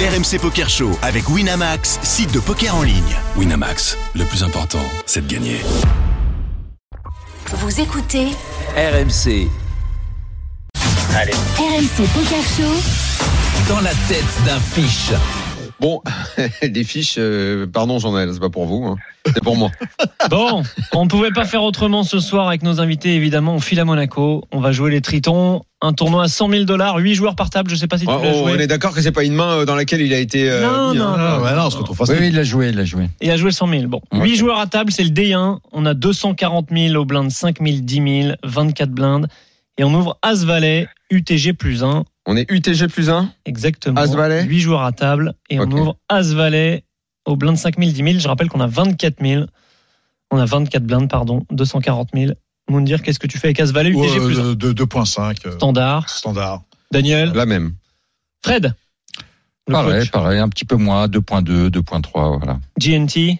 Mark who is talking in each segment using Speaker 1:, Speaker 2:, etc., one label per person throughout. Speaker 1: RMC Poker Show avec Winamax, site de poker en ligne.
Speaker 2: Winamax, le plus important, c'est de gagner.
Speaker 3: Vous écoutez
Speaker 4: RMC,
Speaker 3: RMC Poker Show.
Speaker 4: dans la tête d'un fiche.
Speaker 5: Bon, les fiches, euh, pardon Jean-Noël, c'est pas pour vous, hein. c'est pour moi.
Speaker 6: Bon, on ne pouvait pas faire autrement ce soir avec nos invités, évidemment. On file à Monaco, on va jouer les Tritons. Un tournoi à 100 000 dollars, 8 joueurs par table. Je ne sais pas si tu
Speaker 5: Oh,
Speaker 6: l'as
Speaker 5: on est
Speaker 6: joué.
Speaker 5: d'accord que c'est pas une main euh, dans laquelle il a été. euh,
Speaker 6: Non,
Speaker 5: mis, hein.
Speaker 6: non,
Speaker 7: Ah,
Speaker 6: non.
Speaker 8: Ah, non, on se retrouve
Speaker 9: Oui, oui, il l'a joué, il l'a joué.
Speaker 6: Il a joué le 100 000. Bon, 8 joueurs à table, c'est le D1. On a 240 000 au blind, 5 000, 10 000, 24 blindes. Et on ouvre As-Valet, UTG plus 1.
Speaker 5: On est UTG plus 1.
Speaker 6: Exactement.
Speaker 5: As-Valet
Speaker 6: 8 joueurs à table. Et
Speaker 5: Ok.
Speaker 6: on ouvre As-Valet au blind 5 000, 10 000. Je rappelle qu'on a 24 000. On a 24 blindes, pardon, 240 000. Moundir, qu'est-ce que tu fais avec As-Valet, UTG plus 1
Speaker 8: de 2.5 euh,
Speaker 6: Standard.
Speaker 8: standard.
Speaker 6: Daniel.
Speaker 5: La même.
Speaker 6: Fred. Le
Speaker 9: Pareil,
Speaker 6: coach.
Speaker 9: pareil, un petit peu moins, 2.2, 2.3, voilà.
Speaker 6: GNT.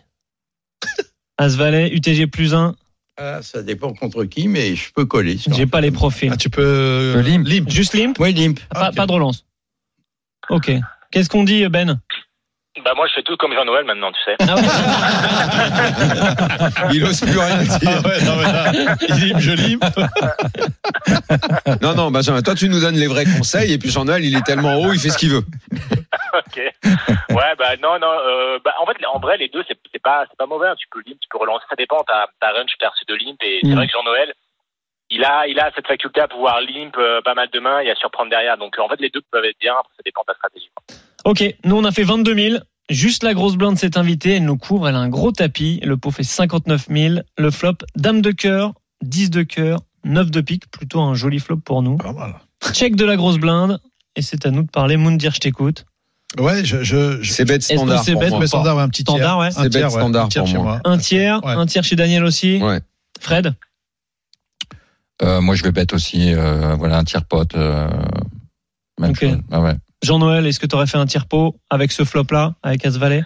Speaker 6: As-Valet, UTG plus 1.
Speaker 7: Ah, ça dépend contre qui, mais je peux coller. sur-
Speaker 6: J'ai pas les profils.
Speaker 8: Ah, tu peux. euh,
Speaker 9: Le limp.
Speaker 8: limp.
Speaker 6: Juste limp Ah,
Speaker 7: Ouais, limp.
Speaker 9: Ah,
Speaker 6: pas,
Speaker 8: ok.
Speaker 6: pas de relance. Ok. Qu'est-ce qu'on dit, Ben
Speaker 10: Bah moi je fais tout comme Jean-Noël maintenant, tu sais.
Speaker 5: Il ose plus rien
Speaker 8: Ah
Speaker 5: dire.
Speaker 8: ouais, non, mais là, il limp, je limp.
Speaker 5: Non, non, Benjamin, toi tu nous donnes les vrais conseils et puis Jean-Noël, il est tellement haut, il fait ce qu'il veut.
Speaker 10: ok. Ouais bah non non. euh, bah en fait en vrai les deux c'est c'est pas c'est pas mauvais. hein. Tu peux limp, tu peux relancer. Ça dépend. Ta ta range perçue de limp et c'est
Speaker 6: Mm.
Speaker 10: vrai que Jean-Noël il a il a cette faculté à pouvoir limp euh, pas mal de mains et à surprendre derrière. Donc euh, en fait les deux peuvent être bien. Après, ça dépend de ta stratégie.
Speaker 6: Ok. Nous, on a fait 22 000. Juste la grosse blinde s'est invitée. Elle nous couvre. Elle a un gros tapis. Le pot fait 59 000. Le flop, dame de cœur, 10 de cœur, 9 de pique. Plutôt un joli flop pour nous.
Speaker 8: Pas mal.
Speaker 6: Check de la grosse blinde. Et c'est à nous de parler. Moundir, je t'écoute.
Speaker 8: Ouais, je. je, je
Speaker 5: C'est bête
Speaker 6: que
Speaker 5: standard.
Speaker 6: c'est
Speaker 5: pour
Speaker 6: bête,
Speaker 5: moi.
Speaker 8: ouais, standard, ouais, un petit tiers.
Speaker 6: Standard, ouais.
Speaker 8: Un
Speaker 5: C'est
Speaker 8: tiers,
Speaker 5: bête
Speaker 8: ouais,
Speaker 5: standard
Speaker 8: un tiers
Speaker 5: pour
Speaker 8: chez
Speaker 5: moi.
Speaker 6: Un tiers.
Speaker 8: Ouais.
Speaker 6: Un tiers chez Daniel aussi.
Speaker 5: Ouais.
Speaker 6: Fred.
Speaker 9: Euh, moi, je vais bête aussi, euh, voilà, un tiers pote. euh, même
Speaker 6: Ok.
Speaker 9: chose. Ah ouais.
Speaker 6: Jean-Noël, est-ce que tu aurais fait un tiers pot avec ce flop-là, avec As-Valet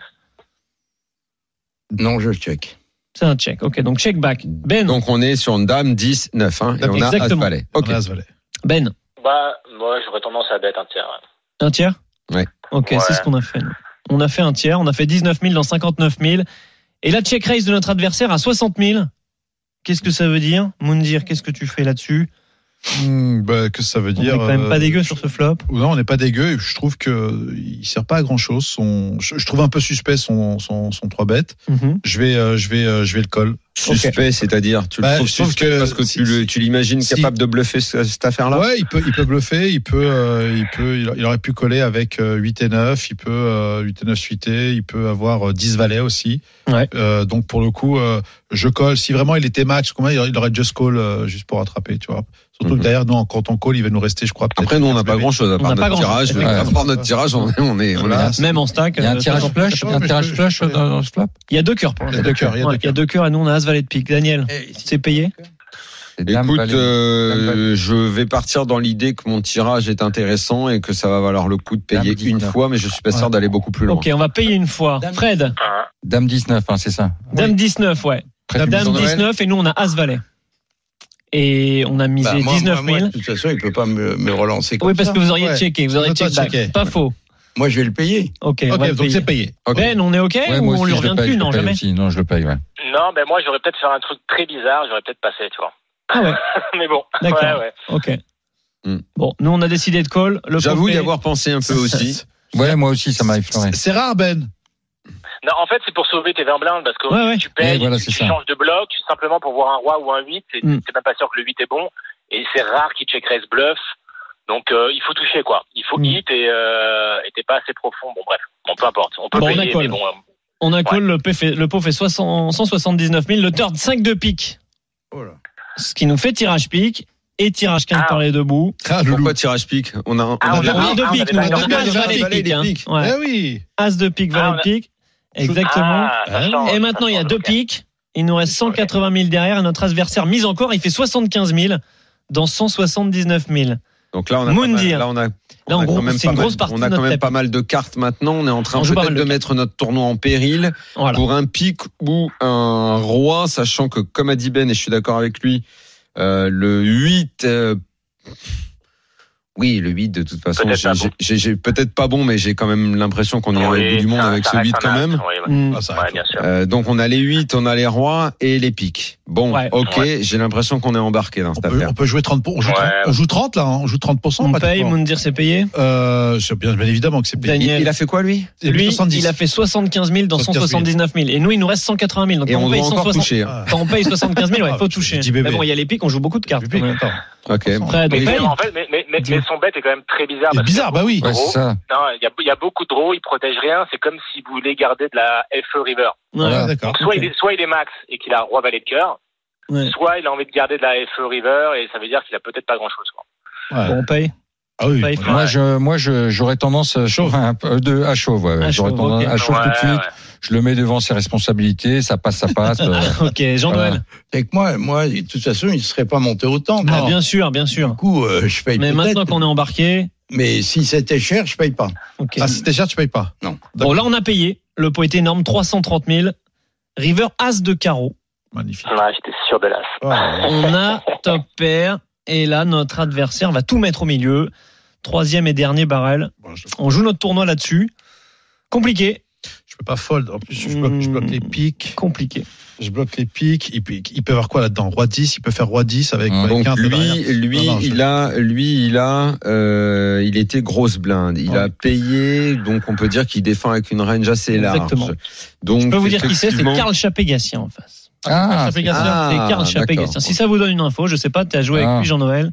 Speaker 7: Non, je check.
Speaker 6: C'est un check. Ok, donc check back. Ben,
Speaker 5: Donc on est sur une dame 10, 9. Hein, et on a
Speaker 6: Exactement.
Speaker 5: As-Valet. Ok.
Speaker 8: As valet.
Speaker 6: Ben,
Speaker 10: Bah moi j'aurais tendance à bête un tiers. ouais.
Speaker 6: un tiers
Speaker 5: Ouais.
Speaker 6: Ok,
Speaker 10: Ouais.
Speaker 6: c'est ce qu'on a fait. nous. On a fait un tiers, on a fait 19 000 dans 59 000. Et la check raise de notre adversaire à 60 000. Qu'est-ce que ça veut dire Moundir, qu'est-ce que tu fais là-dessus
Speaker 8: Hmm, bah, que ça veut
Speaker 6: On est
Speaker 8: dire
Speaker 6: quand même
Speaker 8: euh,
Speaker 6: pas dégueu sur ce flop.
Speaker 8: Ou Non, on n'est pas dégueu. et Je trouve que il sert pas à grand chose. Son, je, je trouve un peu suspect son son, son 3 bêtes.
Speaker 6: Mhm.
Speaker 8: Je vais euh, je vais euh, je vais le call.
Speaker 5: Suspect, c'est-à-dire, tu le
Speaker 8: Bah,
Speaker 5: trouves
Speaker 8: je trouve
Speaker 5: suspect
Speaker 8: que
Speaker 5: parce que
Speaker 8: si-
Speaker 5: tu le- tu l'imagines
Speaker 8: si-
Speaker 5: capable de bluffer ce- cette affaire-là
Speaker 8: Ouais, il peut il peut bluffer, il peut euh, il peut il, il aurait pu coller avec euh, 8 et 9, il peut euh, 8 et 9 suité, il peut avoir euh, 10 valets aussi.
Speaker 6: Ouais.
Speaker 8: Euh, donc pour le coup, euh, je colle si vraiment il était match, combien il aurait- il aurait just call euh, juste pour attraper, tu vois. Surtout
Speaker 5: Mhm.
Speaker 8: que derrière non, quand on call, il va nous rester je crois peut-être
Speaker 5: Après, nous, on n'a
Speaker 8: 15
Speaker 5: pas
Speaker 8: valets.
Speaker 5: grand-chose à
Speaker 6: On n'a
Speaker 5: part
Speaker 6: pas
Speaker 5: notre
Speaker 6: grand-chose.
Speaker 5: tirage. mais
Speaker 9: Ouais.
Speaker 5: À part notre tirage, on est, on est, on
Speaker 8: Voilà.
Speaker 5: est-
Speaker 6: Même en stack.
Speaker 9: Il y a un
Speaker 6: euh,
Speaker 9: tirage flush, il y a un
Speaker 8: mais
Speaker 9: tirage
Speaker 8: je-
Speaker 9: flush
Speaker 8: je-
Speaker 9: dans, dans ce flop
Speaker 6: Il y a deux cœurs pour
Speaker 8: Il y a deux cœurs, il y a
Speaker 6: Ouais,
Speaker 8: deux
Speaker 6: Il y a deux cœurs et nous on a As-Valet de pique. Daniel, c'est payé
Speaker 9: C'est dame,
Speaker 5: Écoute,
Speaker 9: valet.
Speaker 5: euh,
Speaker 9: Dame
Speaker 5: je vais partir dans l'idée que mon tirage est intéressant et que ça va valoir le coup de payer
Speaker 9: Dame dix,
Speaker 5: une
Speaker 9: neuf.
Speaker 5: fois, mais je suis pas sûr
Speaker 8: Ouais.
Speaker 5: d'aller beaucoup plus loin.
Speaker 6: Ok, on va payer une fois.
Speaker 9: Dame-
Speaker 6: Fred,
Speaker 10: Hein.
Speaker 9: Dame 19, hein, c'est ça.
Speaker 6: Dame 19, ouais.
Speaker 9: Préférence.
Speaker 6: Dame
Speaker 5: Noël.
Speaker 6: 19 et nous on a As-Valet. Et on a misé
Speaker 7: Bah, moi,
Speaker 6: 19 000.
Speaker 7: moi, moi, de toute façon, il peut pas me, me relancer. Comme
Speaker 6: oui, parce
Speaker 7: ça.
Speaker 6: que vous auriez
Speaker 8: Ouais.
Speaker 6: checké, vous auriez
Speaker 8: Toi,
Speaker 6: check back.
Speaker 8: checké.
Speaker 6: Pas faux.
Speaker 7: Moi, je vais le payer.
Speaker 6: Ok, on
Speaker 8: Ok,
Speaker 6: va le
Speaker 8: donc
Speaker 6: payer.
Speaker 8: c'est payé.
Speaker 5: Ok.
Speaker 6: Ben, on est OK
Speaker 9: Ouais,
Speaker 6: ou
Speaker 9: moi
Speaker 6: on
Speaker 9: aussi,
Speaker 6: lui
Speaker 9: je le
Speaker 6: revient
Speaker 9: paye,
Speaker 6: dessus
Speaker 9: je
Speaker 6: Non,
Speaker 9: le paye
Speaker 6: jamais.
Speaker 9: aussi. Non, je le paye, ouais.
Speaker 10: Non mais moi j'aurais peut-être faire un truc très bizarre. J'aurais peut-être passé, tu vois.
Speaker 6: Ah ouais,
Speaker 10: mais bon.
Speaker 6: D'accord.
Speaker 10: Ouais, ouais.
Speaker 6: OK.
Speaker 5: Hmm.
Speaker 6: Bon, nous, on a décidé de call. Le
Speaker 5: J'avoue
Speaker 6: pauvre
Speaker 5: y
Speaker 6: est-
Speaker 5: avoir pensé un peu aussi.
Speaker 9: Ouais, moi aussi, ça m'a effleuré.
Speaker 8: C'est- C'est rare Ben.
Speaker 10: Non, en fait, c'est pour sauver tes 20 blindes parce que
Speaker 6: Ouais, ouais.
Speaker 10: tu payes,
Speaker 9: Ouais, voilà,
Speaker 10: tu,
Speaker 9: c'est
Speaker 10: tu
Speaker 9: ça.
Speaker 10: changes de bloc, tu, simplement pour voir un roi ou un 8, et
Speaker 6: Mm.
Speaker 10: t'es même pas sûr que le 8 est bon, et c'est rare qu'il check raise bluff. Donc, euh, il faut toucher, quoi. Il faut
Speaker 6: Mm.
Speaker 10: hit et euh, et t'es pas assez profond. Bon, bref, bon, peu importe. On peut
Speaker 6: Bon, on a
Speaker 10: payer,
Speaker 6: call.
Speaker 10: mais bon, euh,
Speaker 6: On a call, le, pot fait, le pot fait 60 179 000. Le turn 5 de pique,
Speaker 7: Oh là.
Speaker 6: ce qui nous fait tirage pique et tirage 15
Speaker 10: Ah.
Speaker 6: par les deux bouts.
Speaker 8: Ah,
Speaker 5: Pourquoi tirage pique On a un.
Speaker 10: Ah,
Speaker 5: on a-
Speaker 10: on a-
Speaker 6: Oui,
Speaker 10: ah,
Speaker 6: de pique.
Speaker 10: on
Speaker 6: nous.
Speaker 10: avait
Speaker 6: Donc,
Speaker 8: pas
Speaker 6: As,
Speaker 8: dit
Speaker 6: valet,
Speaker 8: valet,
Speaker 6: pique.
Speaker 8: les
Speaker 6: hein.
Speaker 8: piques.
Speaker 6: Ouais.
Speaker 8: Eh oui.
Speaker 6: As de pique,
Speaker 10: Ah,
Speaker 6: valet
Speaker 10: on
Speaker 6: de
Speaker 10: a-
Speaker 6: pique. Exactement.
Speaker 10: ah, ça
Speaker 8: Hein.
Speaker 10: change,
Speaker 6: Et
Speaker 10: ça
Speaker 6: maintenant, il y a
Speaker 10: change,
Speaker 6: deux
Speaker 10: ok.
Speaker 6: piques. Il nous reste 180 000 derrière. Et notre adversaire mise encore. Il fait 75 000 dans 179 000.
Speaker 5: Donc là, on a. pas mal-
Speaker 6: Moundir.
Speaker 5: Là, on a.
Speaker 6: Là,
Speaker 5: on
Speaker 6: en
Speaker 5: a
Speaker 6: gros,
Speaker 5: quand même
Speaker 6: c'est
Speaker 5: pas
Speaker 6: une
Speaker 5: mal-
Speaker 6: grosse partie
Speaker 5: On
Speaker 6: de
Speaker 5: a quand
Speaker 6: notre
Speaker 5: même
Speaker 6: table.
Speaker 5: pas mal de cartes maintenant. On est en train
Speaker 6: On joue pas
Speaker 5: peut-être
Speaker 6: mal
Speaker 5: de
Speaker 6: de
Speaker 5: mettre notre tournoi en péril
Speaker 6: Voilà.
Speaker 5: pour un pique ou un roi, sachant que, comme a dit Ben, et je suis d'accord avec lui, euh, le 8. euh, Oui, le 8, de toute façon,
Speaker 10: Peut-être
Speaker 5: j'ai-
Speaker 10: pas
Speaker 5: j'ai-
Speaker 10: bon.
Speaker 5: j'ai j'ai- peut-être pas bon, mais j'ai quand même l'impression qu'on est au bout du monde
Speaker 10: ça-
Speaker 5: avec
Speaker 10: ça
Speaker 5: ce
Speaker 10: reste
Speaker 5: 8
Speaker 10: un
Speaker 5: quand
Speaker 10: as.
Speaker 5: même.
Speaker 10: Oui, oui.
Speaker 6: Hmm.
Speaker 8: Ah, ça
Speaker 10: Ouais,
Speaker 8: arrête.
Speaker 10: bien sûr.
Speaker 5: Euh, donc on a les 8, on a les rois et les piques. Bon,
Speaker 6: Ouais.
Speaker 5: ok, j'ai l'impression qu'on est embarqué dans
Speaker 8: on,
Speaker 5: cette
Speaker 8: peut,
Speaker 5: affaire.
Speaker 8: on peut jouer 30 pour- on joue,
Speaker 10: Ouais.
Speaker 8: 30, on joue 30 là, hein, on joue 30
Speaker 6: On
Speaker 8: pratiquement.
Speaker 6: paye, Moundir s'est payé.
Speaker 8: Euh, c'est bien, bien évidemment que c'est payé.
Speaker 5: Il,
Speaker 6: Daniel.
Speaker 5: il a fait quoi lui
Speaker 8: Il y a
Speaker 6: Lui,
Speaker 8: 70.
Speaker 6: il a fait 75 000 dans 179 000. Et nous, il nous reste 180 000. Donc,
Speaker 5: Et
Speaker 6: quand
Speaker 5: on doit
Speaker 6: paye
Speaker 5: encore
Speaker 6: 160
Speaker 5: toucher. hein.
Speaker 8: Ah,
Speaker 6: Quand on paye 75 000, ouais,
Speaker 8: Ah,
Speaker 6: faut
Speaker 8: je
Speaker 6: toucher.
Speaker 8: dis bébé.
Speaker 6: Mais bon, il y a les pics, on joue beaucoup de cartes.
Speaker 8: Bébé,
Speaker 6: quand
Speaker 5: Ah,
Speaker 6: même.
Speaker 8: attends.
Speaker 5: Ok.
Speaker 6: Fred, on
Speaker 10: Mais
Speaker 6: paye.
Speaker 10: c'est- en fait, mais, mais, mais, mais son bet est quand même très bizarre.
Speaker 8: C'est
Speaker 10: parce
Speaker 8: bizarre, bah oui.
Speaker 10: que-
Speaker 9: Ouais, c'est ça.
Speaker 10: Non, il y a, il y a beaucoup de draws, il protège rien. C'est comme si vous voulez garder de la FE River.
Speaker 6: Ouais.
Speaker 8: Ah, d'accord.
Speaker 10: Donc, soit,
Speaker 6: ok.
Speaker 10: il est, soit il est max et qu'il a roi valet de cœur,
Speaker 6: Ouais.
Speaker 10: soit il a envie de garder de la FE River et ça veut dire qu'il a peut-être pas grand chose.
Speaker 8: Ouais.
Speaker 6: Bon, on paye.
Speaker 8: Ah oui.
Speaker 6: paye.
Speaker 9: Moi, je, moi, je, j'aurais tendance à
Speaker 8: Chauve.
Speaker 9: un peu- de, à chauve, ouais, ouais.
Speaker 6: À
Speaker 9: j'aurais
Speaker 6: chauve,
Speaker 9: tendance
Speaker 6: ok.
Speaker 9: à chauve Ah, tout de suite. Je le mets devant ses responsabilités, ça passe, ça passe. euh,
Speaker 6: Ok, Jean-Noël.
Speaker 7: C'est que moi, moi, de toute façon, il ne serait pas monté autant.
Speaker 6: Ah,
Speaker 7: Du
Speaker 6: bien sûr, bien sûr.
Speaker 7: coup, euh, je paye
Speaker 6: Mais maintenant
Speaker 7: peut-être.
Speaker 6: qu'on est embarqué.
Speaker 7: Mais si c'était cher, je paye pas.
Speaker 6: ok.
Speaker 8: Ah, c'était cher, tu payes pas.
Speaker 6: Bon, là, on a payé. Le pot est énorme, 330 000. River As de carreau.
Speaker 8: Magnifique. Ah,
Speaker 10: Ouais, j'étais sûr de E. l'as.
Speaker 6: On a top pair. Et là, notre adversaire va tout mettre au milieu. Troisième et dernier barrel.
Speaker 8: Bon, je,
Speaker 6: On joue notre tournoi là-dessus. Compliqué.
Speaker 8: je peux pas fold. En plus, je bloque, je bloque les
Speaker 6: Hmm.
Speaker 8: piques.
Speaker 6: Compliqué.
Speaker 8: Je bloque les piques. Il peut, il peut avoir quoi là-dedans Roi 10, il peut faire Roi 10 avec
Speaker 9: Hum.
Speaker 8: avec
Speaker 5: Donc
Speaker 8: quinte
Speaker 5: lui,
Speaker 8: derrière.
Speaker 5: lui,
Speaker 8: Non, non, je-
Speaker 5: il a, lui, il a, euh, il était grosse blinde. Il
Speaker 8: Ouais.
Speaker 5: a payé, donc on peut dire qu'il défend avec une range assez large.
Speaker 6: Exactement.
Speaker 5: Donc
Speaker 6: Je peux vous dire qui c'est, c'est
Speaker 5: effectivement-
Speaker 6: Karl Chapégassien en face.
Speaker 9: Ah,
Speaker 6: Karl Chapégassien,
Speaker 5: ah,
Speaker 6: c'est Karl Chapégassien.
Speaker 5: d'accord.
Speaker 6: Si ça vous donne une info, je sais pas, tu as joué
Speaker 9: Ah.
Speaker 6: avec lui, Jean-Noël.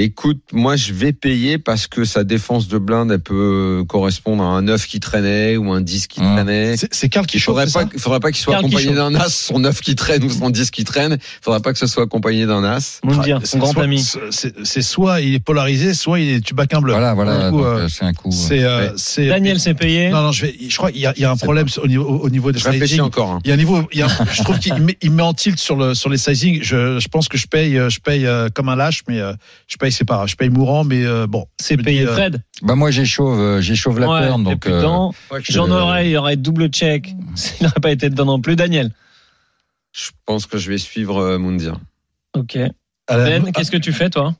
Speaker 5: Écoute, moi je vais payer parce que sa défense de blinde elle peut correspondre à un 9 qui traînait ou un 10 qui
Speaker 6: Ah.
Speaker 9: Hum.
Speaker 5: traînait.
Speaker 8: C'est- C'est Karl qui
Speaker 5: Il
Speaker 8: chauffe.
Speaker 5: faudrait
Speaker 8: c'est
Speaker 5: pas,
Speaker 8: ça
Speaker 5: il faudrait pas qu'il soit
Speaker 6: Karl qui
Speaker 5: accompagné
Speaker 6: chauffe.
Speaker 5: d'un as, son 9 qui traîne ou son 10 qui traîne. Il faudrait pas que ce soit accompagné d'un as.
Speaker 6: Mon dire,
Speaker 8: Ah, C'est
Speaker 6: son grand
Speaker 8: soit-
Speaker 6: ami.
Speaker 8: C'est c'est soit il est polarisé, soit il est tu back un bleu.
Speaker 9: voilà, voilà.
Speaker 8: Du coup,
Speaker 9: donc,
Speaker 8: euh,
Speaker 9: euh, C'est un coup.
Speaker 8: C'est euh,
Speaker 5: Ouais.
Speaker 8: c'est-
Speaker 6: Daniel s'est payé.
Speaker 8: Non non, je vais je crois qu'il y, a- il y a un
Speaker 9: C'est
Speaker 8: problème au niveau au niveau des
Speaker 5: Je réfléchis
Speaker 8: sizing.
Speaker 5: encore. hein.
Speaker 8: Il y a un niveau il y a un- je trouve qu'il met, il met en tilt sur le sur les sizing, je, je pense que je paye euh, je paye euh, comme un lâche mais euh, je paye c'est pas grave. je paye mourant mais euh, bon,
Speaker 6: C'est
Speaker 8: Je me
Speaker 6: payé
Speaker 8: dis, euh,
Speaker 6: Fred.
Speaker 9: Bah moi j'ai chauve, euh, j'ai chauve la
Speaker 6: Ouais,
Speaker 9: peur,
Speaker 6: t'es
Speaker 9: donc.
Speaker 6: plus
Speaker 9: euh,
Speaker 6: dedans.
Speaker 9: je-
Speaker 6: Jean-Noël, il aurait double check. Il n'aurait pas été dedans non plus. Daniel.
Speaker 5: Je pense que je vais suivre euh, Moundir.
Speaker 6: Ok.
Speaker 8: à la-
Speaker 6: Ben, qu'est-ce que tu fais, toi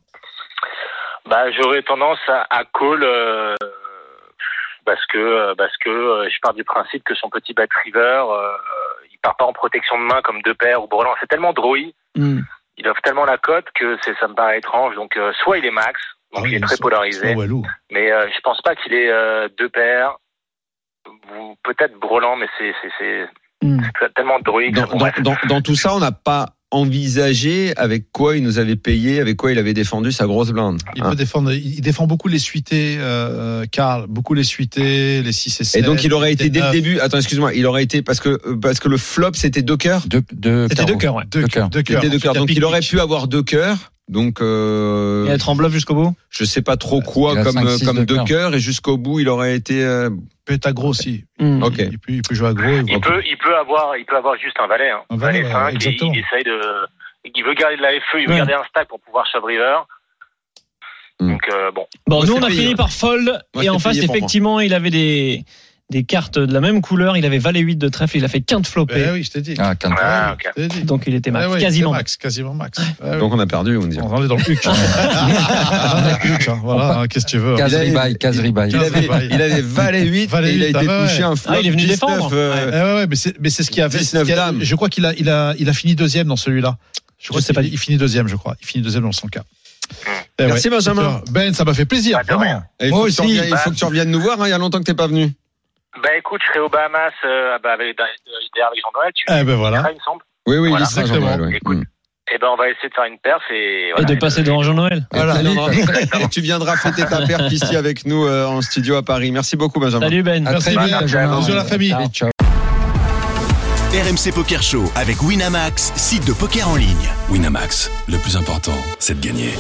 Speaker 10: Bah, j'aurais tendance à, à call euh, parce que euh, parce que euh, je pars du principe que son petit back river, euh, il part pas en protection de main comme deux paires ou Borland. C'est tellement droï, il offre tellement la cote que c'est ça me paraît étrange. Donc euh, soit il est max,
Speaker 8: Ah
Speaker 10: donc
Speaker 8: oui,
Speaker 10: il est très
Speaker 8: soit-
Speaker 10: polarisé,
Speaker 8: soit Walou.
Speaker 10: mais euh, je pense pas qu'il est euh, deux paires. Ou Peut-être Broland, mais c'est c'est- c'est-
Speaker 6: Hmm.
Speaker 10: c'est tellement droïde.
Speaker 5: Dans, dans, dans, dans tout ça, on n'a pas envisagé avec quoi il nous avait payé, avec quoi il avait défendu sa grosse blinde.
Speaker 8: Il
Speaker 5: hein.
Speaker 8: peut défendre, il défend beaucoup les suités, euh, Karl, beaucoup les suités, les 6 et
Speaker 5: Et
Speaker 8: 7.
Speaker 5: donc il aurait été dès le
Speaker 8: neuf.
Speaker 5: début. Attends, excuse-moi, il aurait été parce que parce que le flop c'était deux cœurs.
Speaker 9: Deux, deux
Speaker 6: C'était
Speaker 9: carreaux.
Speaker 6: deux cœurs, ouais.
Speaker 8: Deux
Speaker 9: Deux
Speaker 8: cœurs.
Speaker 9: cœurs.
Speaker 8: Deux
Speaker 5: Il
Speaker 8: cœurs.
Speaker 5: était deux
Speaker 8: Ensuite,
Speaker 5: cœurs.
Speaker 8: la
Speaker 5: Donc il
Speaker 8: pique-nique.
Speaker 5: aurait pu avoir deux cœurs. Donc euh,
Speaker 6: Et être en bluff jusqu'au bout
Speaker 5: je sais pas trop quoi
Speaker 9: Il a
Speaker 5: comme
Speaker 9: cinq, six
Speaker 5: comme
Speaker 9: de
Speaker 5: deux
Speaker 9: cœur.
Speaker 5: cœurs et jusqu'au bout il aurait été. euh,
Speaker 8: Il peut être aggro aussi.
Speaker 6: Hmm.
Speaker 5: Ok.
Speaker 8: Il peut, il peut jouer aggro.
Speaker 10: Il peut, il peut avoir, il peut avoir juste un valet, hein.
Speaker 8: Un valet, ouais,
Speaker 10: 5, et
Speaker 8: exactement.
Speaker 10: il essaye de, il veut garder de la FE, il veut
Speaker 6: Ouais.
Speaker 10: garder un stack pour pouvoir shove river.
Speaker 5: Hmm.
Speaker 10: Donc, euh, bon.
Speaker 6: Bon,
Speaker 5: Moi,
Speaker 6: nous,
Speaker 5: c'est
Speaker 6: on a
Speaker 5: payé,
Speaker 6: fini
Speaker 5: hein.
Speaker 6: par fold.
Speaker 5: Moi,
Speaker 6: et
Speaker 5: c'est
Speaker 6: en face,
Speaker 5: payé pour moi.
Speaker 6: effectivement, il avait des, des cartes de la même couleur. Il avait valet 8 de trèfle. Il a fait quinte flopée.
Speaker 8: Eh oui, je t'ai dit. Ben
Speaker 9: Ah, quinte.
Speaker 10: Ah, ok.
Speaker 8: Je t'ai dit.
Speaker 6: Donc, il était max.
Speaker 8: Eh oui,
Speaker 6: quasiment
Speaker 8: c'est
Speaker 6: max.
Speaker 8: max. Quasiment max. Eh oui.
Speaker 5: Donc on a perdu, on dit.
Speaker 8: On est dans le huc. hein. On est dans le huc, hein. Voilà, hein, qu'est-ce que tu veux.
Speaker 9: Case
Speaker 5: Il avait-
Speaker 9: ribaille, case ribaille.
Speaker 5: Il avait, il avait valet 8
Speaker 8: Valet
Speaker 5: et il a
Speaker 8: huit,
Speaker 5: été
Speaker 8: ah ouais.
Speaker 5: touché un flop.
Speaker 6: Ah, il est venu
Speaker 5: 19,
Speaker 6: défendre.
Speaker 5: euh,
Speaker 8: Eh ouais, ouais, mais c'est mais c'est ce qu'il y avait.
Speaker 5: 19
Speaker 8: ce qu'il y avait.
Speaker 5: dames.
Speaker 8: Je crois qu'il a, il a, il a fini deuxième dans celui-là. Je crois
Speaker 6: sais
Speaker 8: qu'il-
Speaker 6: pas.
Speaker 8: Il finit deuxième, je crois. Il finit deuxième dans son cas. Eh
Speaker 5: Merci, Benjamin.
Speaker 8: Ben, ça m'a fait plaisir.
Speaker 10: Pas de rien.
Speaker 8: vraiment.
Speaker 5: et il faut
Speaker 8: Moi
Speaker 5: que tu
Speaker 8: aussi.
Speaker 5: reviennes- Il faut que tu reviennes nous voir. hein, Il y a longtemps que t'es pas venu.
Speaker 10: Bah, écoute, je serai aux Bahamas, euh, bah, avec, derrière avec Jean-Noël, tu
Speaker 8: Eh ben
Speaker 10: tu
Speaker 8: voilà.
Speaker 10: seras, il me semble.
Speaker 5: Oui, oui,
Speaker 10: Voilà.
Speaker 5: il est sera,
Speaker 8: Exactement.
Speaker 5: Jean-Noël, ouais.
Speaker 10: Écoute.
Speaker 5: Mm.
Speaker 10: Et ben, on va essayer de faire une perf et, voilà.
Speaker 6: Et de passer devant Jean-Noël.
Speaker 5: Et tu viendras-
Speaker 10: Exactement.
Speaker 5: Et tu viendras fêter ta perf ici avec nous euh, en studio à Paris. Merci beaucoup, Benjamin.
Speaker 6: Salut, Ben.
Speaker 9: À très
Speaker 8: Merci,
Speaker 9: vite,
Speaker 8: Ben.
Speaker 9: Benjamin.
Speaker 8: Bisous à la famille.
Speaker 9: Allez, ciao.
Speaker 1: RMC Poker Show avec Winamax, site de poker en ligne.
Speaker 2: Winamax, le plus important, c'est de gagner.